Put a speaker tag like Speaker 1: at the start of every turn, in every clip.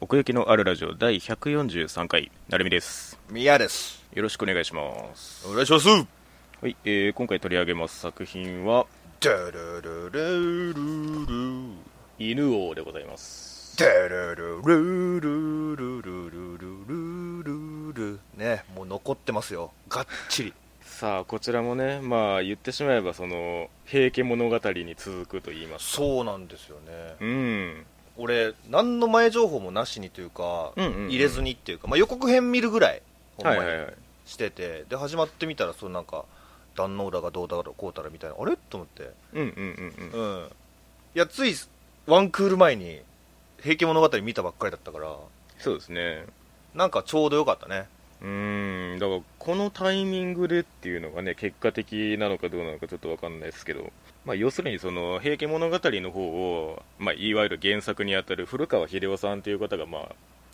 Speaker 1: 奥行きのあるラジオ第143回なるみです
Speaker 2: 宮です。
Speaker 1: よろしくお願いします
Speaker 2: お願いします。
Speaker 1: はい、えー今回取り上げます作品は
Speaker 2: ダラララルル
Speaker 1: 「犬王」でございます
Speaker 2: ダラララルルルルルルルルね、もう残ってますよ。がっちり。
Speaker 1: さあこちらもねまあ言ってしまえばその平家物語に続くと言います
Speaker 2: そうなんですよね。
Speaker 1: うん
Speaker 2: 俺、何の前情報もなしにというか、
Speaker 1: うんうんうん
Speaker 2: 入れずにっていうか、まあ、予告編見るぐらい、ほ
Speaker 1: は
Speaker 2: ん
Speaker 1: い
Speaker 2: ま
Speaker 1: は
Speaker 2: に
Speaker 1: いはい
Speaker 2: してて、で、始まってみたら、そのなんか、壇ノ浦がどうだろう、こうだろうみたいな、あれと思って。
Speaker 1: うんうんうんうん
Speaker 2: うん、いやついワンクール前に「平家物語」見たばっかりだったから
Speaker 1: そうですね
Speaker 2: なんかちょうどよかったね
Speaker 1: うーんだからこのタイミングでっていうのがね結果的なのかどうなのかちょっとわかんないですけど、まあ、要するにその「平家物語」の方を、まあ、いわゆる原作にあたる古川秀夫さんという方がまあ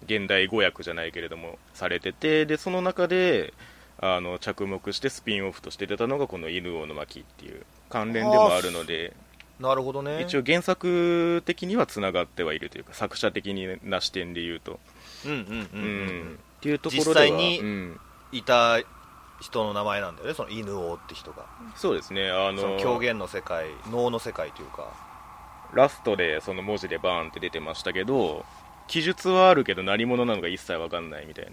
Speaker 1: 現代語訳じゃないけれどもされててでその中であの着目してスピンオフとして出たのがこの「犬王の巻」っていう関連でもあるので
Speaker 2: なるほどね
Speaker 1: 一応原作的にはつながってはいるというか作者的な視点で言うと。
Speaker 2: うんうんう、
Speaker 1: うんん
Speaker 2: うん
Speaker 1: っていうところでは
Speaker 2: 実際に
Speaker 1: うん
Speaker 2: いた人の名前なんだよねその犬王って人が、
Speaker 1: そうですねあの
Speaker 2: その狂言の世界能の世界というか
Speaker 1: ラストでその文字でバーンって出てましたけど記述はあるけど何者なのか一切わかんないみたい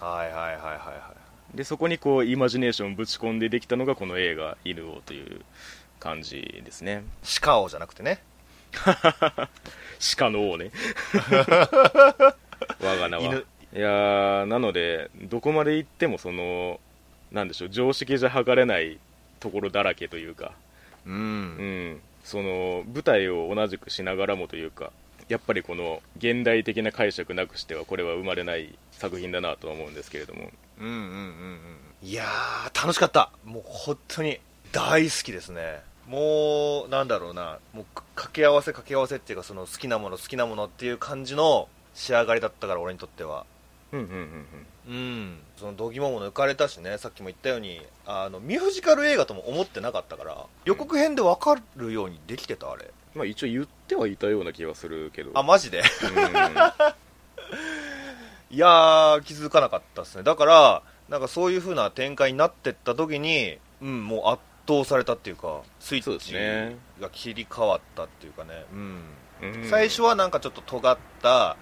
Speaker 1: な
Speaker 2: はいはいはいはいは
Speaker 1: でそこにこうイマジネーションぶち込んでできたのがこの映画「犬王」という感じですね
Speaker 2: い鹿王じゃなくてね
Speaker 1: 鹿の王 ね我が名は
Speaker 2: 犬
Speaker 1: いやーなのでどこまで行ってもそのなんでしょう常識じゃ測れないところだらけというか
Speaker 2: うん、
Speaker 1: うん、その舞台を同じくしながらもというかやっぱりこの現代的な解釈なくしてはこれは生まれない作品だなとは思うんですけれども
Speaker 2: うんうんうんうんいやー楽しかったもう本当に大好きですねもうなんだろうなもうか掛け合わせ掛け合わせっていうかその好きなもの好きなものっていう感じの仕上がりだったから俺にとっては
Speaker 1: うんうんうんうん
Speaker 2: うんその度肝も抜かれたしねさっきも言ったようにあのミュージカル映画とも思ってなかったから予告編で分かるようにできてたあれ
Speaker 1: まあ一応言ってはいたような気はするけど
Speaker 2: あマジで
Speaker 1: う
Speaker 2: いやー気づかなかったですねだからなんかそういう風な展開になってった時にうんもう圧倒されたっていうかスイ
Speaker 1: そう
Speaker 2: ッ
Speaker 1: ですね
Speaker 2: チが切り替わったっていうかねうん
Speaker 1: んうん
Speaker 2: 最初はなんかちょっと尖った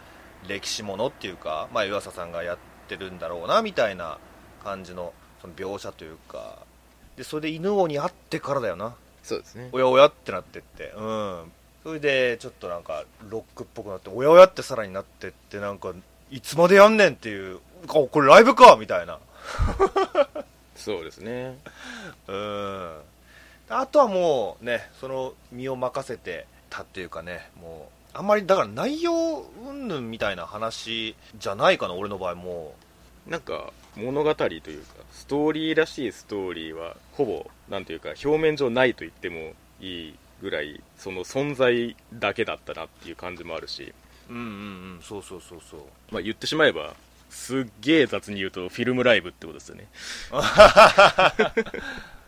Speaker 2: 歴史ものっていうか、まあ、湯浅さんがやってるんだろうなみたいな感じのその描写というかでそれで犬王に会ってからだよな
Speaker 1: そうですね
Speaker 2: おやおやってなってってうんそれでちょっとなんかロックっぽくなっておやおやってさらになってってなんかいつまでやんねんっていうあこれライブかみたいな
Speaker 1: そうですね
Speaker 2: うんあとはもうねその身を任せてたっていうかねもうあんまりだから内容云々みたいな話じゃないかな俺の場合も
Speaker 1: なんか物語というかストーリーらしいストーリーはほぼなんていうか表面上ないと言ってもいいぐらいその存在だけだったなっていう感じもあるし
Speaker 2: ううんうんうんそうそうそうそう
Speaker 1: まあ、言ってしまえばすっげえ雑に言うとフィルムライブってことですよね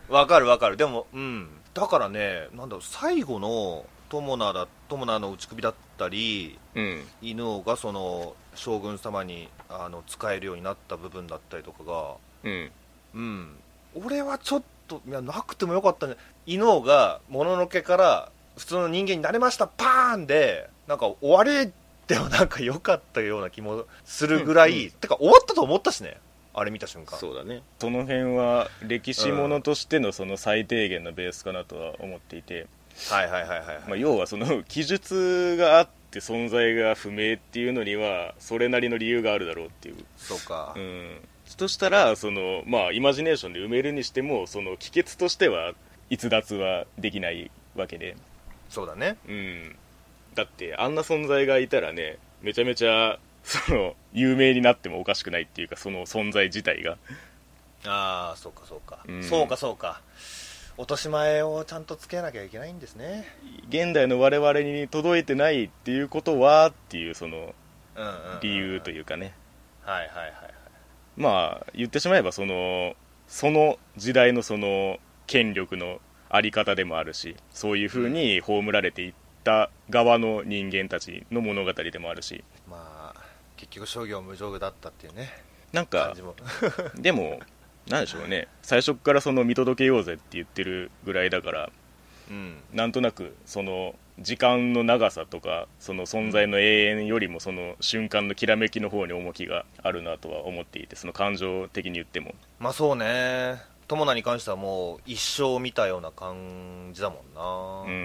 Speaker 2: わかるわかるでもうんだからねなんだろう最後の友名だ友名の打ち首だったり
Speaker 1: うん
Speaker 2: 犬王がその将軍様にあの使えるようになった部分だったりとかが
Speaker 1: うん
Speaker 2: うん俺はちょっといやなくてもよかったね犬王がもののけから普通の人間になれましたパーンでなんか終わりでもなんか良かったような気もするぐらい、
Speaker 1: うんうん
Speaker 2: てか終わったと思ったしねあれ見た瞬間
Speaker 1: そうだねその辺は歴史ものとしてのその最低限のベースかなとは思っていて、
Speaker 2: はいはいはいはい、はい
Speaker 1: まあ、要はその記述があって存在が不明っていうのにはそれなりの理由があるだろうっていう
Speaker 2: そうか、
Speaker 1: うんとしたらそのまあイマジネーションで埋めるにしてもその帰結としては逸脱はできないわけで
Speaker 2: そうだね
Speaker 1: うん、だってあんな存在がいたらねめちゃめちゃその有名になってもおかしくないっていうかその存在自体が
Speaker 2: ああそうかそうか、
Speaker 1: うん
Speaker 2: そうかそうか落とし前をちゃんとつけなきゃいけないんですね
Speaker 1: 現代の我々に届いてないっていうことはっていうその
Speaker 2: うんうんうん、
Speaker 1: 理由と
Speaker 2: いう
Speaker 1: いうかね
Speaker 2: はいはいはいはい
Speaker 1: まあ言ってしまえばそのその時代のその権力のあり方でもあるしそういうふうに葬られていった側の人間たちの物語でもあるし
Speaker 2: まあ結局商業無常だったっていうね
Speaker 1: なんか
Speaker 2: 感じも
Speaker 1: でもなんでしょうね最初からその見届けようぜって言ってるぐらいだから
Speaker 2: うん
Speaker 1: なんとなくその時間の長さとかその存在の永遠よりもその瞬間のきらめきの方に重きがあるなとは思っていてその感情的に言っても
Speaker 2: まあそうね友名に関してはもう一生見たような感じだもんな
Speaker 1: う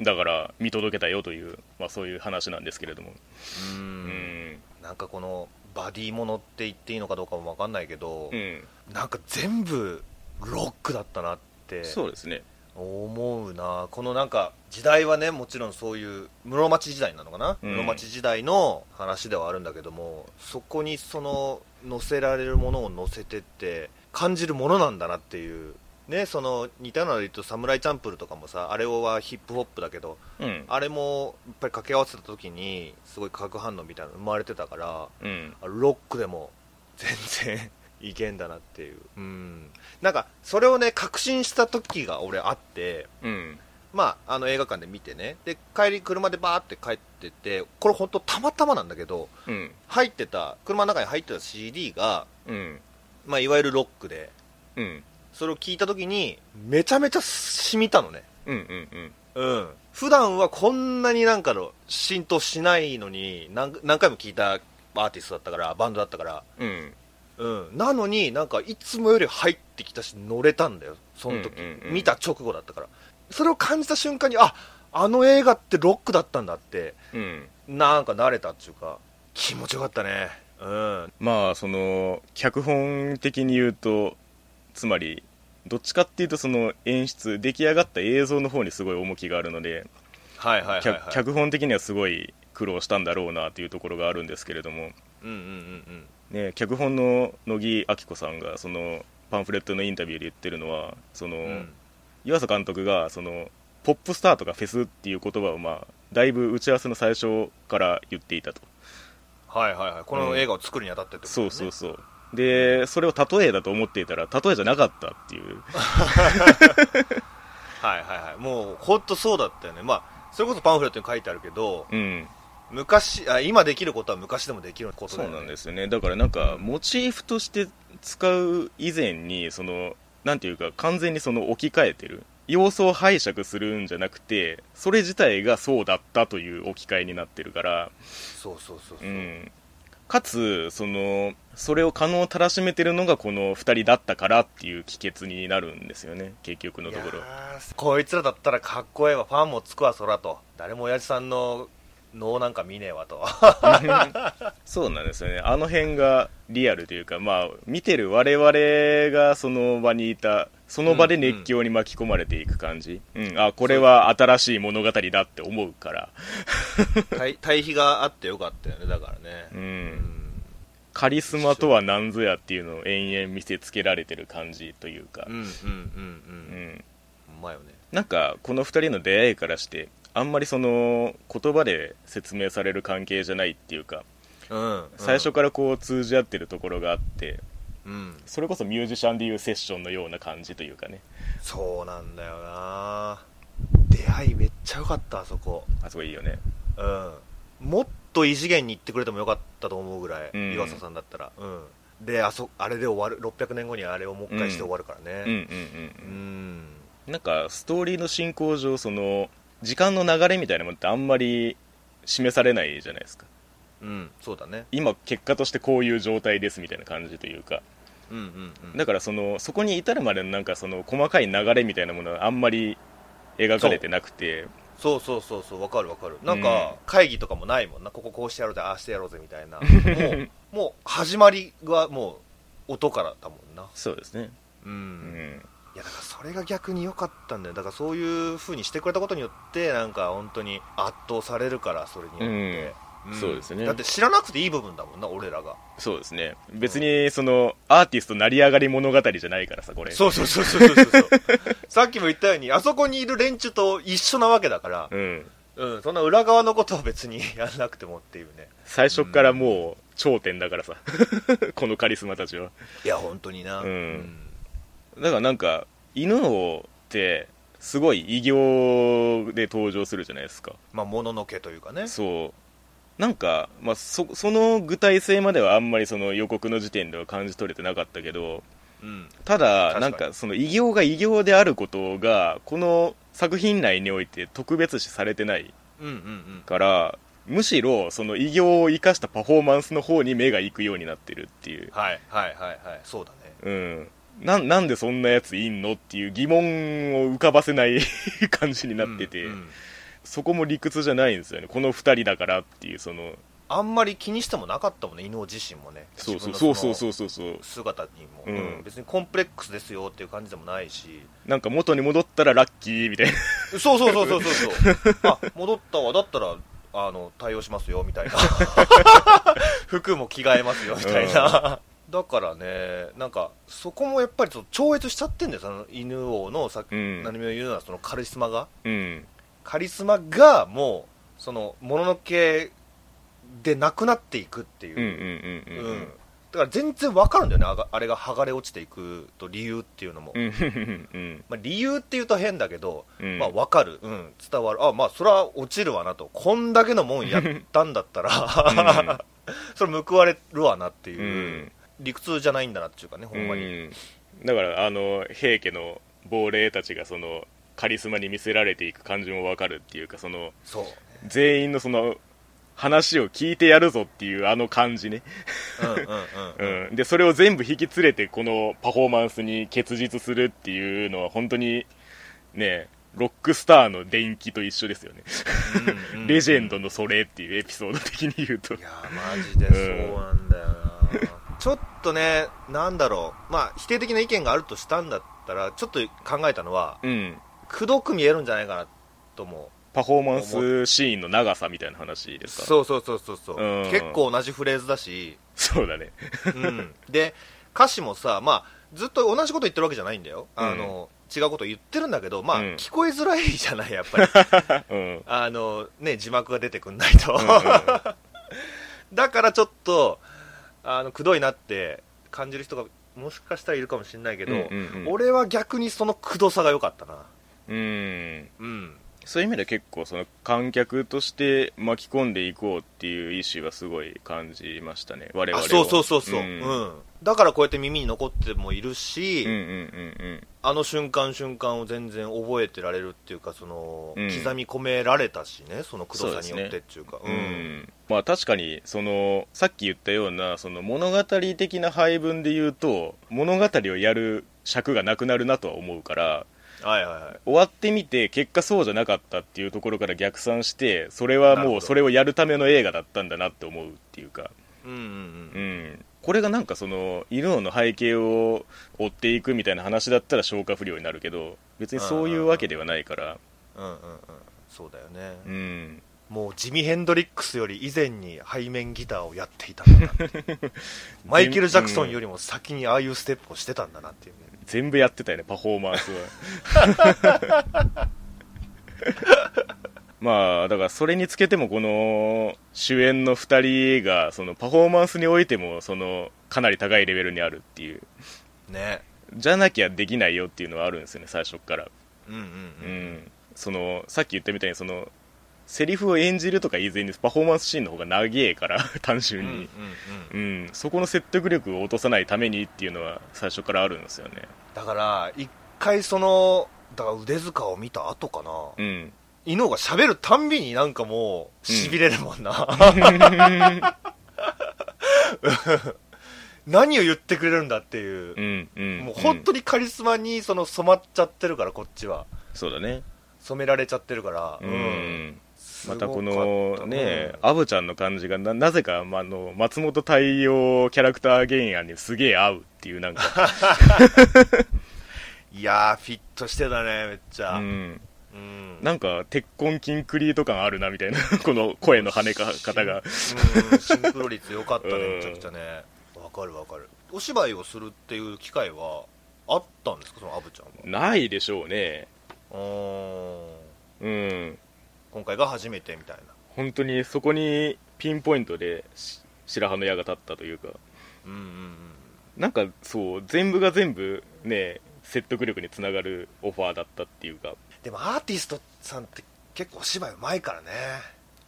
Speaker 1: んだから見届けたよという、まあ、そういう話なんですけれども
Speaker 2: う
Speaker 1: うんん
Speaker 2: なんかこのバディものって言っていいのかどうかも分かんないけど、
Speaker 1: うん
Speaker 2: なんか全部ロックだったなって
Speaker 1: そうですね
Speaker 2: 思うなこのなんか時代はねもちろんそういう室町時代なのかな、
Speaker 1: うん
Speaker 2: 室町時代の話ではあるんだけどもそこにその載せられるものを載せてって感じるものなんだなっていうねその似たようなので言うと「サムライチャンプル」とかもさあれはヒップホップだけど
Speaker 1: うん
Speaker 2: あれもやっぱり掛け合わせた時にすごい化学反応みたいなの生まれてたから
Speaker 1: うん
Speaker 2: ロックでも全然 いけんだなっていううんなんかそれをね確信した時が俺あって
Speaker 1: うん
Speaker 2: まああの映画館で見てねで帰り車でバーって帰っててこれ本当たまたまなんだけど
Speaker 1: うん
Speaker 2: 入ってた車の中に入ってた CD が、
Speaker 1: うん
Speaker 2: まあ、いわゆるロックで
Speaker 1: うん
Speaker 2: それを聞いた時にめちゃめちゃ染みたのね
Speaker 1: うんうんうん
Speaker 2: うん、普段はこんなになんかの浸透しないのに何何回も聞いたアーティストだったからバンドだったから、
Speaker 1: うん
Speaker 2: うん、なのになんかいつもより入ってきたし乗れたんだよその時、
Speaker 1: うんうんうん
Speaker 2: 見た直後だったからそれを感じた瞬間にああの映画ってロックだったんだって
Speaker 1: うん
Speaker 2: なんか慣れたっていうか気持ちよかったねうん
Speaker 1: まあその脚本的に言うとつまりどっちかっていうとその演出出来上がった映像の方にすごい重きがあるので
Speaker 2: はいはいはい、
Speaker 1: 脚
Speaker 2: はい、
Speaker 1: 脚本的にはすごい苦労したんだろうなというところがあるんですけれども、
Speaker 2: うんうんうん
Speaker 1: ね、脚本の乃木明子さんがそのパンフレットのインタビューで言ってるのはその、
Speaker 2: うんうん
Speaker 1: 湯浅監督がそのポップスターとかフェスっていう言葉をまあだいぶ打ち合わせの最初から言っていたと
Speaker 2: はいはいはいこの映画を作るにあたってってことだ
Speaker 1: そ
Speaker 2: よ
Speaker 1: う
Speaker 2: ね
Speaker 1: そうそうでそれを例えだと思っていたら例えじゃなかったっていう
Speaker 2: はいはいはいもう本当そうだったよねまあそれこそパンフレットに書いてあるけど
Speaker 1: うん
Speaker 2: 昔あ今できることは昔でもできること
Speaker 1: そ
Speaker 2: だ
Speaker 1: う
Speaker 2: よね
Speaker 1: なんですよねだからなんかモチーフとして使う以前にそのなんていうか完全にその置き換えてる様子を拝借するんじゃなくてそれ自体がそうだったという置き換えになってるから
Speaker 2: そうそうそうそうう、
Speaker 1: んかつそのそれを可能たらしめてるのがこの2人だったからっていう帰結になるんですよね結局の
Speaker 2: い
Speaker 1: と
Speaker 2: や
Speaker 1: ころ
Speaker 2: ーこいつらだったらかっこええわファンもつくわそらと誰も親父さんの能なんか見ねえ わと
Speaker 1: そうなんですよねあの辺がリアルというかまあ見てる我々がその場にいたその場で熱狂に巻き込まれていく感じ、うんあこれは新しい物語だって思うから、
Speaker 2: 対対比があってよかったよねだからね
Speaker 1: う、
Speaker 2: うんん
Speaker 1: カリスマとは何ぞやっていうのを延々見せつけられてる感じというか
Speaker 2: うんう、んうん
Speaker 1: う
Speaker 2: うん
Speaker 1: ん、
Speaker 2: うまいよね
Speaker 1: なんかこの2人の出会いからしてあんまりその言葉で説明される関係じゃないっていうか
Speaker 2: うん
Speaker 1: 最初からこう通じ合ってるところがあって
Speaker 2: うん
Speaker 1: それこそミュージシャンでいうセッションのような感じというかね
Speaker 2: そうなんだよな出会いめっちゃよかったあそこ
Speaker 1: あそこいいよね
Speaker 2: うん、もっと異次元に行ってくれてもよかったと思うぐらい、
Speaker 1: うん
Speaker 2: 岩佐さんだったら、うん、であそあれで終わる600年後にあれをもう一回して終わるから
Speaker 1: うんうん
Speaker 2: ね、
Speaker 1: う
Speaker 2: う
Speaker 1: ん
Speaker 2: んうん
Speaker 1: うんなんかストーリーの進行上その時間の流れみたいなものってあんまり示されないじゃないですか
Speaker 2: そうだね、
Speaker 1: 今結果としてこういう状態ですみたいな感じというか
Speaker 2: うんうんうん、
Speaker 1: だからそのそこに至るまでのなんかその細かい流れみたいなものはあんまり描かれてなくて
Speaker 2: そうそうそうそうわかるわかるなんか会議とかもないもんなこここうしてやろうぜああしてやろうぜみたい なもうもう始まりはもう音からだもんな
Speaker 1: そうですね
Speaker 2: うん、
Speaker 1: うん
Speaker 2: いやだからそれが逆に良かったんだよだからそういう風にしてくれたことによってなんか本当に圧倒されるからそれによって、
Speaker 1: うんそうですね
Speaker 2: だって知らなくていい部分だもんな俺らが
Speaker 1: そうですね別にそのアーティスト成り上がり物語じゃないからさこれ
Speaker 2: そうそうそうそうそうそう さっきも言ったようにあそこにいる連中と一緒なわけだから、
Speaker 1: うん
Speaker 2: うん、そんな裏側のことは別に やらなくてもっていうね
Speaker 1: 最初からもう頂点だからさ このカリスマたちはい
Speaker 2: や本当にな
Speaker 1: うんだからなんか犬をってすごい偉業で登場するじゃないですか
Speaker 2: まあもののけというかね
Speaker 1: そうなんか、まあ、そその具体性まではあんまりその予告の時点では感じ取れてなかったけど
Speaker 2: うん
Speaker 1: ただ
Speaker 2: 確か
Speaker 1: なん
Speaker 2: に
Speaker 1: かその偉業が偉業であることがこの作品内において特別視されてない
Speaker 2: うんうんうん
Speaker 1: からむしろその偉業を生かしたパフォーマンスの方に目が行くようになってるっていう、
Speaker 2: はいはいはいはいそうだね
Speaker 1: うん、ななんでそんなやついんのっていう疑問を浮かばせない 感じになってて、
Speaker 2: うんうん
Speaker 1: そこも理屈じゃないんですよねこの2人だからっていうその
Speaker 2: あんまり気にしてもなかったもんね伊能自身もね
Speaker 1: そうそう
Speaker 2: 自
Speaker 1: そう
Speaker 2: 分の
Speaker 1: そうそううそうそう
Speaker 2: 姿にも、
Speaker 1: うん
Speaker 2: うん別にコンプレックスですよっていう感じでもないし
Speaker 1: なんか元に戻ったらラッキーみたいな
Speaker 2: そうそうそうそうそうそう あ戻ったわだったらあの対応しますよみ たいな服も着替えますよみたいな、だからねなんかそこもやっぱりちょっと超越しちゃってんだよその犬王のさ、
Speaker 1: うん
Speaker 2: 何も言うのはそのカリスマが
Speaker 1: うん
Speaker 2: カリスマがもうそのもののけでなくなっていくっていう、
Speaker 1: うんうんうんうん
Speaker 2: うんだから全然わかるんだよねあがあれが剥がれ落ちていくと理由っていうのも、
Speaker 1: うんうんうん
Speaker 2: まあ、理由っていうと変だけど、
Speaker 1: うん
Speaker 2: まあわかる、うん、伝わるあまあそれは落ちるわなとこんだけのもんやったんだったら それ報われるわなっていう、
Speaker 1: うん
Speaker 2: 理屈じゃないんだなっていうかねほんまに、
Speaker 1: うん、だからあの平家の亡霊たちがそのカリスマに見せられていく感じもわかるっていうかその
Speaker 2: そう、
Speaker 1: 全員のその話を聞いてやるぞっていうあの感じね、
Speaker 2: うんうん
Speaker 1: う
Speaker 2: うんうん
Speaker 1: ん、でそれを全部引き連れてこのパフォーマンスに結実するっていうのは本当にねロックスターの伝記と一緒ですよね、
Speaker 2: うんうん
Speaker 1: レジェンドのそれっていうエピソード的に言うと
Speaker 2: いやーマジでそうなんだよな、ちょっとねなんだろうまあ否定的な意見があるとしたんだったらちょっと考えたのは
Speaker 1: うん
Speaker 2: くどく見えるんじゃないかなと思う
Speaker 1: パフォーマンスシーンの長さみたいな話ですか
Speaker 2: そうそうそうそうそう、
Speaker 1: うん
Speaker 2: 結構同じフレーズだし、
Speaker 1: そうだね
Speaker 2: うん、で歌詞もさ、まあ、ずっと同じこと言ってるわけじゃないんだよ、あの違うこと言ってるんだけど、まあ
Speaker 1: うん
Speaker 2: 聞こえづらいじゃないやっ ぱり
Speaker 1: うんうん
Speaker 2: あの、ね、字幕が出てくんないと、 だからちょっとあのくどいなって感じる人がもしかしたらいるかもしれないけど、
Speaker 1: うんうんうん
Speaker 2: 俺は逆にそのくどさが良かったな
Speaker 1: うんうん
Speaker 2: うん
Speaker 1: そういう意味では結構その観客として巻き込んでいこうっていう意思はすごい感じましたね我々
Speaker 2: あ
Speaker 1: は
Speaker 2: そうそうそうそう、
Speaker 1: う
Speaker 2: うんんだからこうやって耳に残ってもいるし、
Speaker 1: うんうんうん
Speaker 2: あの瞬間瞬間を全然覚えてられるっていうかその、
Speaker 1: うん
Speaker 2: 刻み込められたしねそのくどさによってっていうか
Speaker 1: うん、うんまあ確かにそのさっき言ったようなその物語的な配分で言うと物語をやる尺がなくなるなとは思うから
Speaker 2: うんはいはいはい
Speaker 1: 終わってみて結果そうじゃなかったっていうところから逆算してそれは
Speaker 2: なる
Speaker 1: も
Speaker 2: ほ
Speaker 1: う
Speaker 2: ど
Speaker 1: それをやるための映画だったんだなって思うっていうか
Speaker 2: うんうん
Speaker 1: う
Speaker 2: うん
Speaker 1: ん、これがなんかその犬王の背景を追っていくみたいな話だったら消化不良になるけど別にそういうわけではないから、
Speaker 2: うんうんうんそうだよね、
Speaker 1: うん、
Speaker 2: もうジミ・ヘンドリックスより以前に背面ギターをやっていたんだなっていう マイケル・ジャクソンよりも先にああいうステップをしてたんだなっていうね
Speaker 1: 全部やってたよねパフォーマンスは まあだからそれにつけてもこの主演の2人がそのパフォーマンスにおいてもそのかなり高いレベルにあるっていう
Speaker 2: ね
Speaker 1: じゃなきゃできないよっていうのはあるんですよね最初っから
Speaker 2: うんうん
Speaker 1: う
Speaker 2: うん、
Speaker 1: ん、そのさっき言ったみたいにそのセリフを演じるとか以前にパフォーマンスシーンの方が長えから 単
Speaker 2: う
Speaker 1: 純
Speaker 2: んうん
Speaker 1: に、
Speaker 2: う
Speaker 1: うんんそこの説得力を落とさないためにっていうのは最初からあるんですよね
Speaker 2: だから一回そのだから腕塚を見た後かな、
Speaker 1: うん
Speaker 2: 犬が喋るたんびになんかもうしびれるもんな、 何を言ってくれるんだっていう
Speaker 1: う、んうん
Speaker 2: もう本当
Speaker 1: に
Speaker 2: にカリスマにその染まっちゃってるからこっちは
Speaker 1: そうだね
Speaker 2: 染められちゃってるから、
Speaker 1: うん、
Speaker 2: すご
Speaker 1: ま
Speaker 2: かった
Speaker 1: このね
Speaker 2: うん
Speaker 1: アブちゃんの感じがななぜか、まあ、あの松本太陽キャラクター原案にすげえ合うっていうなんか、
Speaker 2: いやーフィットしてたねめっちゃ、
Speaker 1: う
Speaker 2: うん
Speaker 1: ん、なんか鉄痕キンクリート感あるなみたいな この声の跳ねか方が
Speaker 2: うんシンクロ率良かったね
Speaker 1: うん
Speaker 2: めちゃくちゃねわかるわかるお芝居をするっていう機会はあったんですかそのアブちゃんは
Speaker 1: ないでしょうね
Speaker 2: うーん
Speaker 1: うん
Speaker 2: 今回が初めてみたいな
Speaker 1: 本当にそこにピンポイントでし白羽の矢が立ったというか
Speaker 2: うんうんうん
Speaker 1: なんかそう全部が全部ね説得力につながるオファーだったっていうか
Speaker 2: でもアーティストさんって結構お芝居うまいからね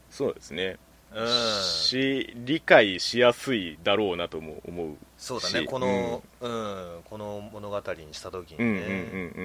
Speaker 1: そうですね
Speaker 2: うん
Speaker 1: し理解しやすいだろうなとも思う
Speaker 2: そうだね
Speaker 1: し
Speaker 2: この、うんこの物語にした時にね、
Speaker 1: うんうんうん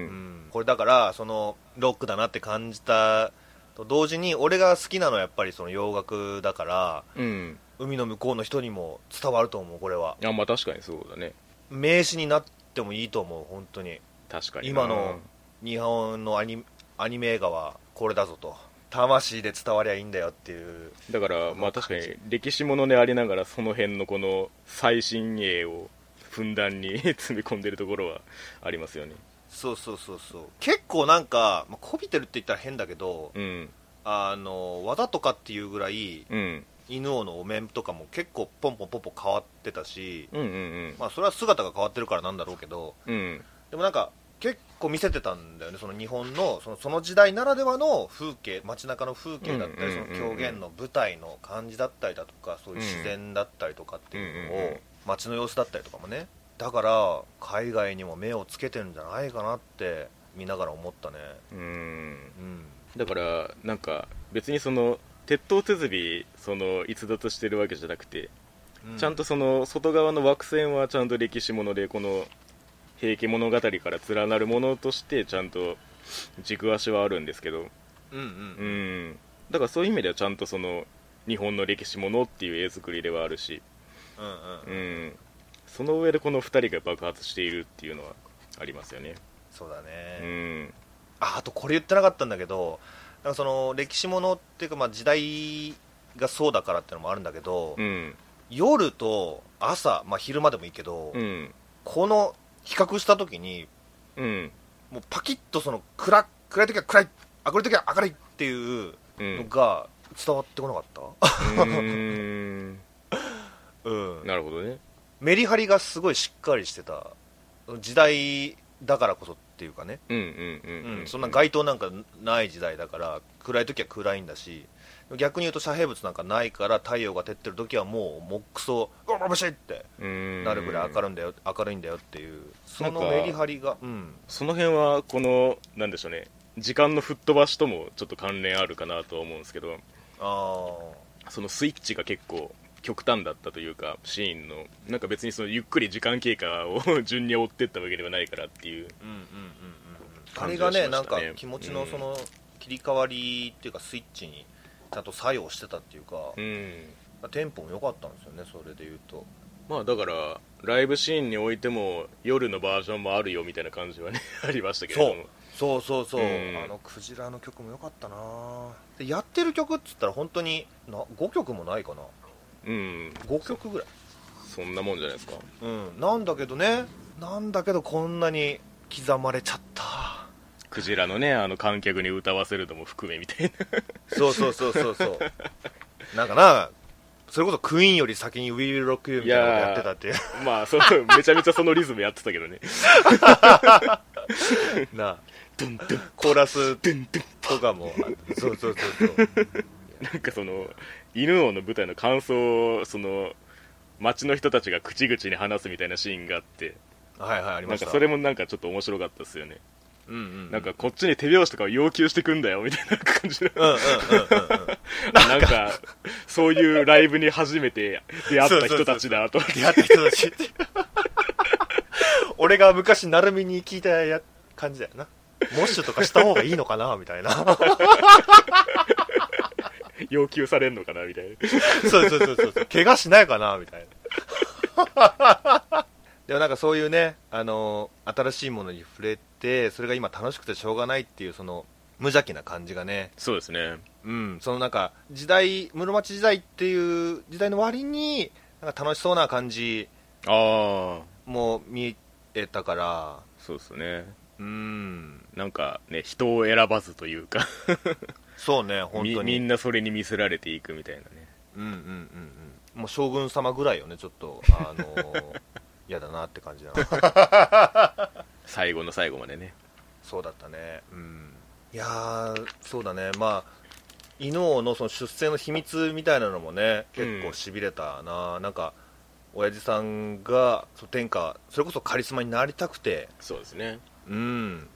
Speaker 1: うん
Speaker 2: これだからそのロックだなって感じたと同時に俺が好きなのはやっぱりその洋楽だから
Speaker 1: うん
Speaker 2: 海の向こうの人にも伝わると思うこれは
Speaker 1: あまあ確かにそうだね
Speaker 2: 名詞になってもいいと思う本当に
Speaker 1: 確かにな
Speaker 2: 今の日本のアニアニメ映画はこれだぞと魂で伝わりゃいいんだよっていう
Speaker 1: だから
Speaker 2: この
Speaker 1: まあ確か
Speaker 2: 感
Speaker 1: に
Speaker 2: じ
Speaker 1: 歴史ものでありながらその辺のこの最新鋭をふんだんに 詰め込んでるところはありますよね
Speaker 2: そうそうそうそう結構なんか、まあ、こびてるって言ったら変だけど、
Speaker 1: うん
Speaker 2: あの和田とかっていうぐらい
Speaker 1: うん
Speaker 2: 犬王のお面とかも結構ポンポンポンポン変わってたし、
Speaker 1: うんうん
Speaker 2: まあ、それは姿が変わってるからなんだろうけど
Speaker 1: うんうん
Speaker 2: でもなんか結構見せてたんだよねその日本のそのその時代ならではの風景街中の風景だったり
Speaker 1: うんう
Speaker 2: そ
Speaker 1: んうんうん
Speaker 2: の狂言の舞台の感じだったりだとかそういう自然だったりとかっていうの
Speaker 1: うんうんう
Speaker 2: を
Speaker 1: ん
Speaker 2: 街の様子だったりとかもねだから海外にも目をつけてるんじゃないかなって見ながら思ったね
Speaker 1: うん
Speaker 2: うん
Speaker 1: だからなんか別にその鉄塔設備その逸脱してるわけじゃなくて、
Speaker 2: う
Speaker 1: ちゃんとその外側の枠線はちゃんと歴史ものでこの「平家物語」から連なるものとしてちゃんと軸足はあるんですけど
Speaker 2: うんうん
Speaker 1: うんだからそういう意味ではちゃんとその日本の歴史ものっていう絵作りではあるし、
Speaker 2: うんうん
Speaker 1: うん、その上でこの2人が爆発しているっていうのはありますよね
Speaker 2: そうだね、
Speaker 1: うん
Speaker 2: ああとこれ言ってなかったんだけどなんかその歴史ものっていうか、まあ、時代がそうだからってのもあるんだけど、
Speaker 1: うん
Speaker 2: 夜と朝、まあ、昼間でもいいけど、
Speaker 1: うん
Speaker 2: この比較した時に
Speaker 1: うん
Speaker 2: もうパキッとその暗暗い時は暗い明るい時は明るいっていう
Speaker 1: う
Speaker 2: の
Speaker 1: ん
Speaker 2: が伝わってこなかった、
Speaker 1: うーん
Speaker 2: うん、
Speaker 1: なるほどね
Speaker 2: メリハリがすごいしっかりしてた時代だからこそっていうかね
Speaker 1: うんうんうん、
Speaker 2: うんそんな街灯なんかない時代だから暗い時は暗いんだし逆に言うと遮蔽物なんかないから太陽が照ってる時はもうもっくそうわ眩しいって
Speaker 1: うん
Speaker 2: なるぐらい明るいんだよ明るいんだよっていうその
Speaker 1: なんか
Speaker 2: メリハリがうん
Speaker 1: その辺はこのなんでしょうね時間の吹っ飛ばしともちょっと関連あるかなとは思うんですけど
Speaker 2: あ
Speaker 1: そのスイッチが結構極端だったというかシーンのなんか別にそのゆっくり時間経過を 順に追ってったわけではないからっていう
Speaker 2: ーうんうんうんうんあ
Speaker 1: 感
Speaker 2: れ
Speaker 1: じ
Speaker 2: が
Speaker 1: はしましたね
Speaker 2: ねなんか気持ちのその切り替わりっていうかスイッチにちゃんと作用してたっていうか
Speaker 1: うん
Speaker 2: テンポも良かったんですよねそれで言うと
Speaker 1: まあだからライブシーンにおいても夜のバージョンもあるよみたいな感じはね ありましたけれども
Speaker 2: そうそうそう、
Speaker 1: うん
Speaker 2: あのクジラの曲も良かったなでやってる曲っつったら本当にな5曲もないかな
Speaker 1: うん
Speaker 2: 5曲ぐらい
Speaker 1: そんなもんじゃないですか
Speaker 2: うんなんだけどねなんだけどこんなに刻まれちゃった
Speaker 1: クジラのねあの観客に歌わせるのも含めみたいな
Speaker 2: そうそうそうそうそうなんかなそれこそクイーンより先に「Will Rock You」みたいなことやってたって いう
Speaker 1: まあそのめちゃめちゃそのリズムやってたけどね
Speaker 2: なあコーラスとかもあそうそうそうそう
Speaker 1: なんかその犬王の舞台の感想をその街の人たちが口々に話すみたいなシーンがあって
Speaker 2: はいはいあり
Speaker 1: な
Speaker 2: ま
Speaker 1: ん
Speaker 2: した
Speaker 1: かそれもなんかちょっと面白かったですよね、
Speaker 2: うんうん
Speaker 1: なんかこっちに手拍子とかを要求してくんだよみたいな感じの
Speaker 2: うんうんうん うんうん
Speaker 1: なんかそういうライブに初めて出会った人たちだと思って
Speaker 2: 出会った人たち俺が昔成海に聞いたや感じだよなモッシュとかした方がいいのかなみたいな
Speaker 1: 要求されんのかなみたいな
Speaker 2: そうそうそうそう怪我しないかなみたいなでもなんか そういうね、あの新しいものに触れてそれが今楽しくてしょうがないっていうその無邪気な感じがね
Speaker 1: そうですね
Speaker 2: うん、そのなんか時代室町時代っていう時代の割になんか楽しそうな感じ
Speaker 1: ああ
Speaker 2: も見えたから
Speaker 1: そうですね
Speaker 2: うん
Speaker 1: なんかね人を選ばずというか
Speaker 2: そうね、本
Speaker 1: み
Speaker 2: 当
Speaker 1: みん
Speaker 2: に。
Speaker 1: なそれに見せられていくみたいなね
Speaker 2: うんうんうんうん。もう将軍様ぐらいよね、ちょっと、あのー嫌だなって感じだな。
Speaker 1: 最後の最後までね
Speaker 2: そうだったね。うん。いやー、そうだね、まあ、犬王のその出世の秘密みたいなのもね、結構しびれたな、なんか、親父さんがそう天下、それこそカリスマになりたくて、
Speaker 1: そうですね
Speaker 2: うん、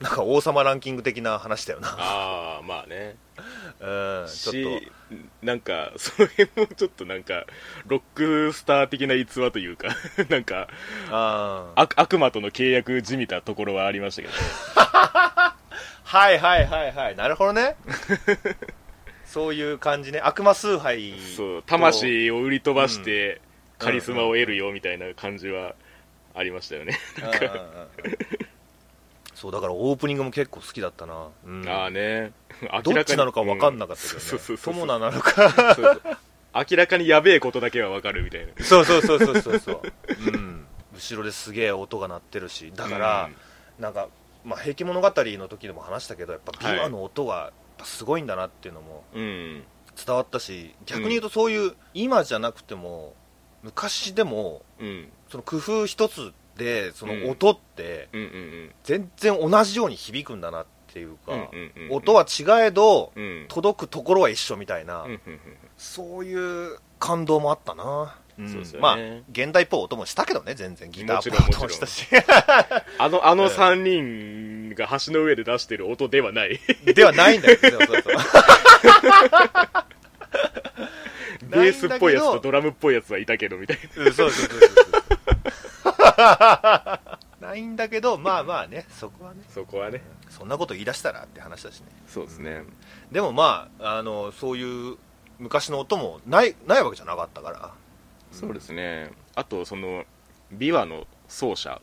Speaker 2: なんか王様ランキング的な話だよ な、
Speaker 1: ああまあね
Speaker 2: うん、ちょっと
Speaker 1: しなんかその辺もちょっとなんかロックスター的な逸話というか なんか
Speaker 2: あー
Speaker 1: 悪悪魔との契約じみたところはありましたけどね
Speaker 2: はいはいはいはいなるほど ねそういう感じね悪魔崇拝
Speaker 1: そう魂を売り飛ばしてカリスマを得るよみたいな感じはありましたよね、
Speaker 2: うんうんうんうんそうだからオープニングも結構好きだったな、うん、
Speaker 1: ああね
Speaker 2: どっちなのか分かんなかったけど
Speaker 1: そうそう
Speaker 2: ね
Speaker 1: そう
Speaker 2: 友ななのか
Speaker 1: そうそう明らかにやべえことだけは分かるみたいな
Speaker 2: そうそうそうそうそうそう、うん、後ろですげえ音が鳴ってるしだから、なんか、まあ、平家物語の時でも話したけどやっぱ琵琶の音がやっぱすごいんだなっていうのも
Speaker 1: うん、うん
Speaker 2: 伝わったし逆に言うとそういう、今じゃなくても昔でも
Speaker 1: うん
Speaker 2: その工夫一つでそ
Speaker 1: うん
Speaker 2: の音って
Speaker 1: うんうん
Speaker 2: 全然同じように響くんだなっていうか、
Speaker 1: うんうんうんうん
Speaker 2: 音は違えど
Speaker 1: うんうん
Speaker 2: 届くところは一緒みたいな、
Speaker 1: うんうん
Speaker 2: そういう感動もあったな、うん
Speaker 1: そうですよね
Speaker 2: まあ現代っぽい音もしたけどね全然ギターっぽい
Speaker 1: もちろん
Speaker 2: 音もした し
Speaker 1: あのあ
Speaker 2: う
Speaker 1: の
Speaker 2: ん
Speaker 1: 3人が橋の上で出してる音ではない
Speaker 2: ではないんだよねでもそうそう
Speaker 1: ベースっぽいやつ
Speaker 2: な
Speaker 1: と
Speaker 2: いんだけど
Speaker 1: ドラムっぽいやつはいたけどみたいな
Speaker 2: うんそうそうそうそうそうないんだけどまあまあねそこはね
Speaker 1: そこはね
Speaker 2: そんなこと言い出したらって話だしね
Speaker 1: そうですね
Speaker 2: でもまああのそういう昔の音もないないわけじゃなかったから
Speaker 1: そうですねあとその琵琶の奏者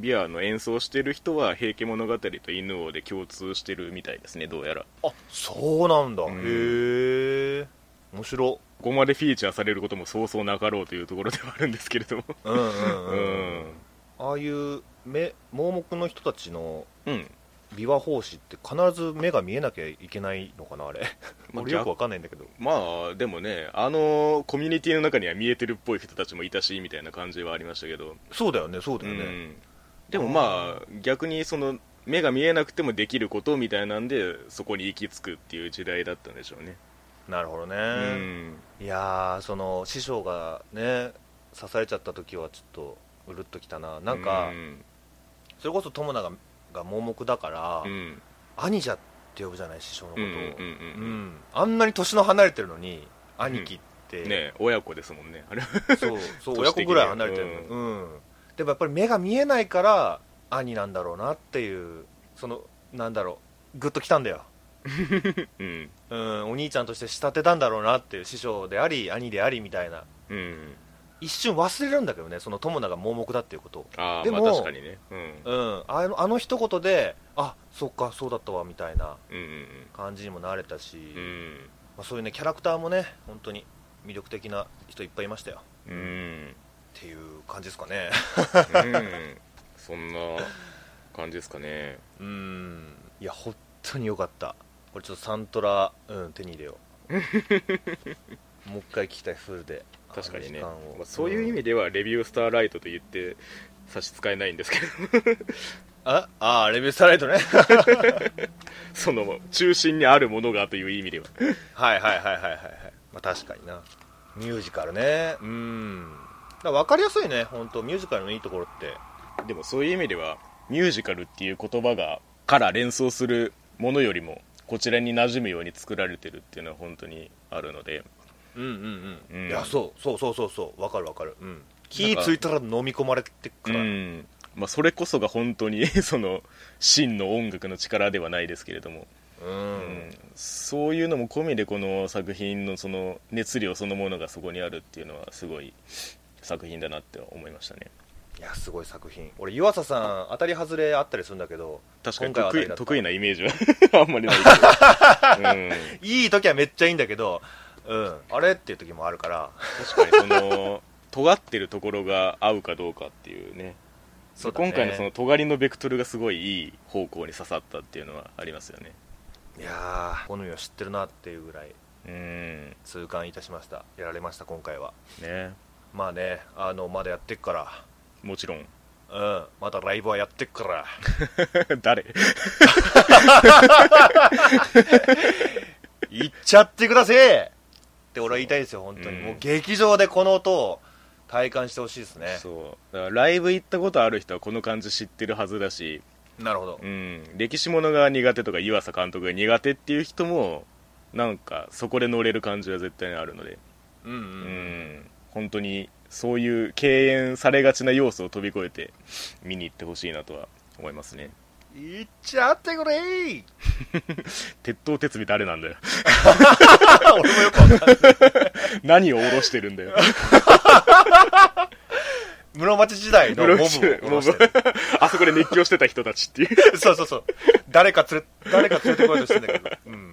Speaker 1: 琵琶の演奏してる人は「平家物語」と「犬王」で共通してるみたいですねどうやら
Speaker 2: あそうなんだ、
Speaker 1: ん
Speaker 2: へえ面白
Speaker 1: ここまでフィーチャーされることもそうそうなかろうというところではあるんですけれども
Speaker 2: うんうん
Speaker 1: う
Speaker 2: うん、
Speaker 1: ん
Speaker 2: ああいう目盲目の人たちの
Speaker 1: うん
Speaker 2: 琵琶法師って必ず目が見えなきゃいけないのかなあれ、
Speaker 1: まあ
Speaker 2: 俺よくわかんないんだけど
Speaker 1: まあでもねあのコミュニティの中には見えてるっぽい人たちもいたしみたいな感じはありましたけど、
Speaker 2: そうだよねそうだ
Speaker 1: う
Speaker 2: よね、
Speaker 1: ん、でもまあ逆にその目が見えなくてもできることみたいなんでそこに行き着くっていう時代だったんでしょうね
Speaker 2: なるほどね、
Speaker 1: うん
Speaker 2: いやーその師匠がね刺されちゃった時はちょっとうるっときたななんか、
Speaker 1: うん
Speaker 2: それこそ友永がが盲目だから、
Speaker 1: うん
Speaker 2: 兄者って呼ぶじゃない師匠のこ
Speaker 1: う
Speaker 2: と
Speaker 1: んう
Speaker 2: を、
Speaker 1: んうんうん
Speaker 2: うんあんなに年の離れてるのに兄貴って、
Speaker 1: ね親子ですもんねあれ
Speaker 2: そうそ
Speaker 1: 年
Speaker 2: う親
Speaker 1: 的に
Speaker 2: 子ぐらい離れてるのに、
Speaker 1: う
Speaker 2: うんでもやっぱり目が見えないから兄なんだろうなっていうそのなんだろうグッときたんだよ、
Speaker 1: うん
Speaker 2: うん、お兄ちゃんとして仕立てたんだろうなっていう師匠であり兄でありみたいな
Speaker 1: うん
Speaker 2: 一瞬忘れるんだけどねその友永が盲目だっていうことを
Speaker 1: ああ
Speaker 2: で
Speaker 1: まあ
Speaker 2: も
Speaker 1: 確かにねうん
Speaker 2: うん、あのあの一言であそっかそうだったわみたいな
Speaker 1: うん
Speaker 2: 感じにもなれたし、
Speaker 1: うんうん
Speaker 2: まあ、そういうねキャラクターもね本当に魅力的な人いっぱいいましたよ
Speaker 1: うんうん
Speaker 2: っていう感じですかね
Speaker 1: うんそんな感じですかね
Speaker 2: うんいや本当に良かったこれちょっとサントラ、うん、手に入れよ うもう一回聞きたいフルで
Speaker 1: 確かにね、
Speaker 2: あ
Speaker 1: ま
Speaker 2: の時間を
Speaker 1: あ、そういう意
Speaker 2: ん
Speaker 1: 味ではレビュースターライトと言って差し支えないんですけど
Speaker 2: ああーレビュースターライトね
Speaker 1: その中心にあるものがという意味では
Speaker 2: はいはいはいはいはい、はいまあ、確かになミュージカルねうんだから分かりやすいね本当ミュージカルのいいところって
Speaker 1: でもそういう意味ではミュージカルっていう言葉がから連想するものよりもこちらに馴染むように作られてるっていうのは本当にあるので
Speaker 2: うんうんうん、
Speaker 1: うん
Speaker 2: いやそうそうそうそうそう分かる分かる、うん、気ついたら飲み込まれてくから、
Speaker 1: うんまあ、それこそが本当にその真の音楽の力ではないですけれども、
Speaker 2: うん
Speaker 1: うんそういうのも込みでこの作品のその熱量そのものがそこにあるっていうのはすごい作品だなって思いましたね
Speaker 2: いやすごい作品俺湯浅さん当たり外れあったりするんだけど
Speaker 1: 確かに
Speaker 2: 今回は
Speaker 1: 得
Speaker 2: 当
Speaker 1: 意
Speaker 2: たりだった
Speaker 1: 得意なイメージは あんまりないけど、うん
Speaker 2: いい時はめっちゃいいんだけど、うん、あれっていう時もあるから
Speaker 1: 確かにその尖ってるところが合うかどうかっていうね
Speaker 2: そうだね
Speaker 1: 今回のその尖りのベクトルがすごいいい方向に刺さったっていうのはありますよね
Speaker 2: いやー好みを知ってるなっていうぐらい
Speaker 1: うん
Speaker 2: 痛感いたしましたやられました今回は
Speaker 1: ね
Speaker 2: まあねあのまだやってっか
Speaker 1: もちろん
Speaker 2: らうんまだライブはやってっから
Speaker 1: 誰
Speaker 2: 行っちゃってくださいって俺は言いたいですよ本当に、
Speaker 1: うん
Speaker 2: もう劇場でこの音を体感してほしいですね
Speaker 1: そうだからライブ行ったことある人はこの感じ知ってるはずだし
Speaker 2: なるほど
Speaker 1: うん、歴史ものが苦手とか岩佐監督が苦手っていう人もなんかそこで乗れる感じは絶対にあるので、
Speaker 2: うんう
Speaker 1: うんん、本当にそういう敬遠されがちな要素を飛び越えて見に行ってほしいなとは思いますね
Speaker 2: いっちゃってくれ ー
Speaker 1: 鉄塔鉄尾誰なんだよ
Speaker 2: 俺もよくわかんない
Speaker 1: 何を下ろしてるんだよ
Speaker 2: 室町時代のモブを
Speaker 1: モブ
Speaker 2: 殺してる
Speaker 1: あそこで熱狂してた人たちっていう
Speaker 2: そうそうそう誰か連れ誰か連れてこようとしてんだけど、うん、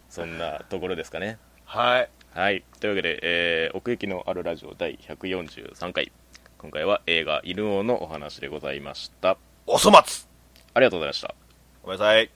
Speaker 1: そんなところですかね
Speaker 2: はい
Speaker 1: はいというわけで、えー奥行きのあるラジオ第143回今回は映画「犬王」のお話でございました
Speaker 2: おそ松
Speaker 1: ありがとうございました
Speaker 2: ごめんなさい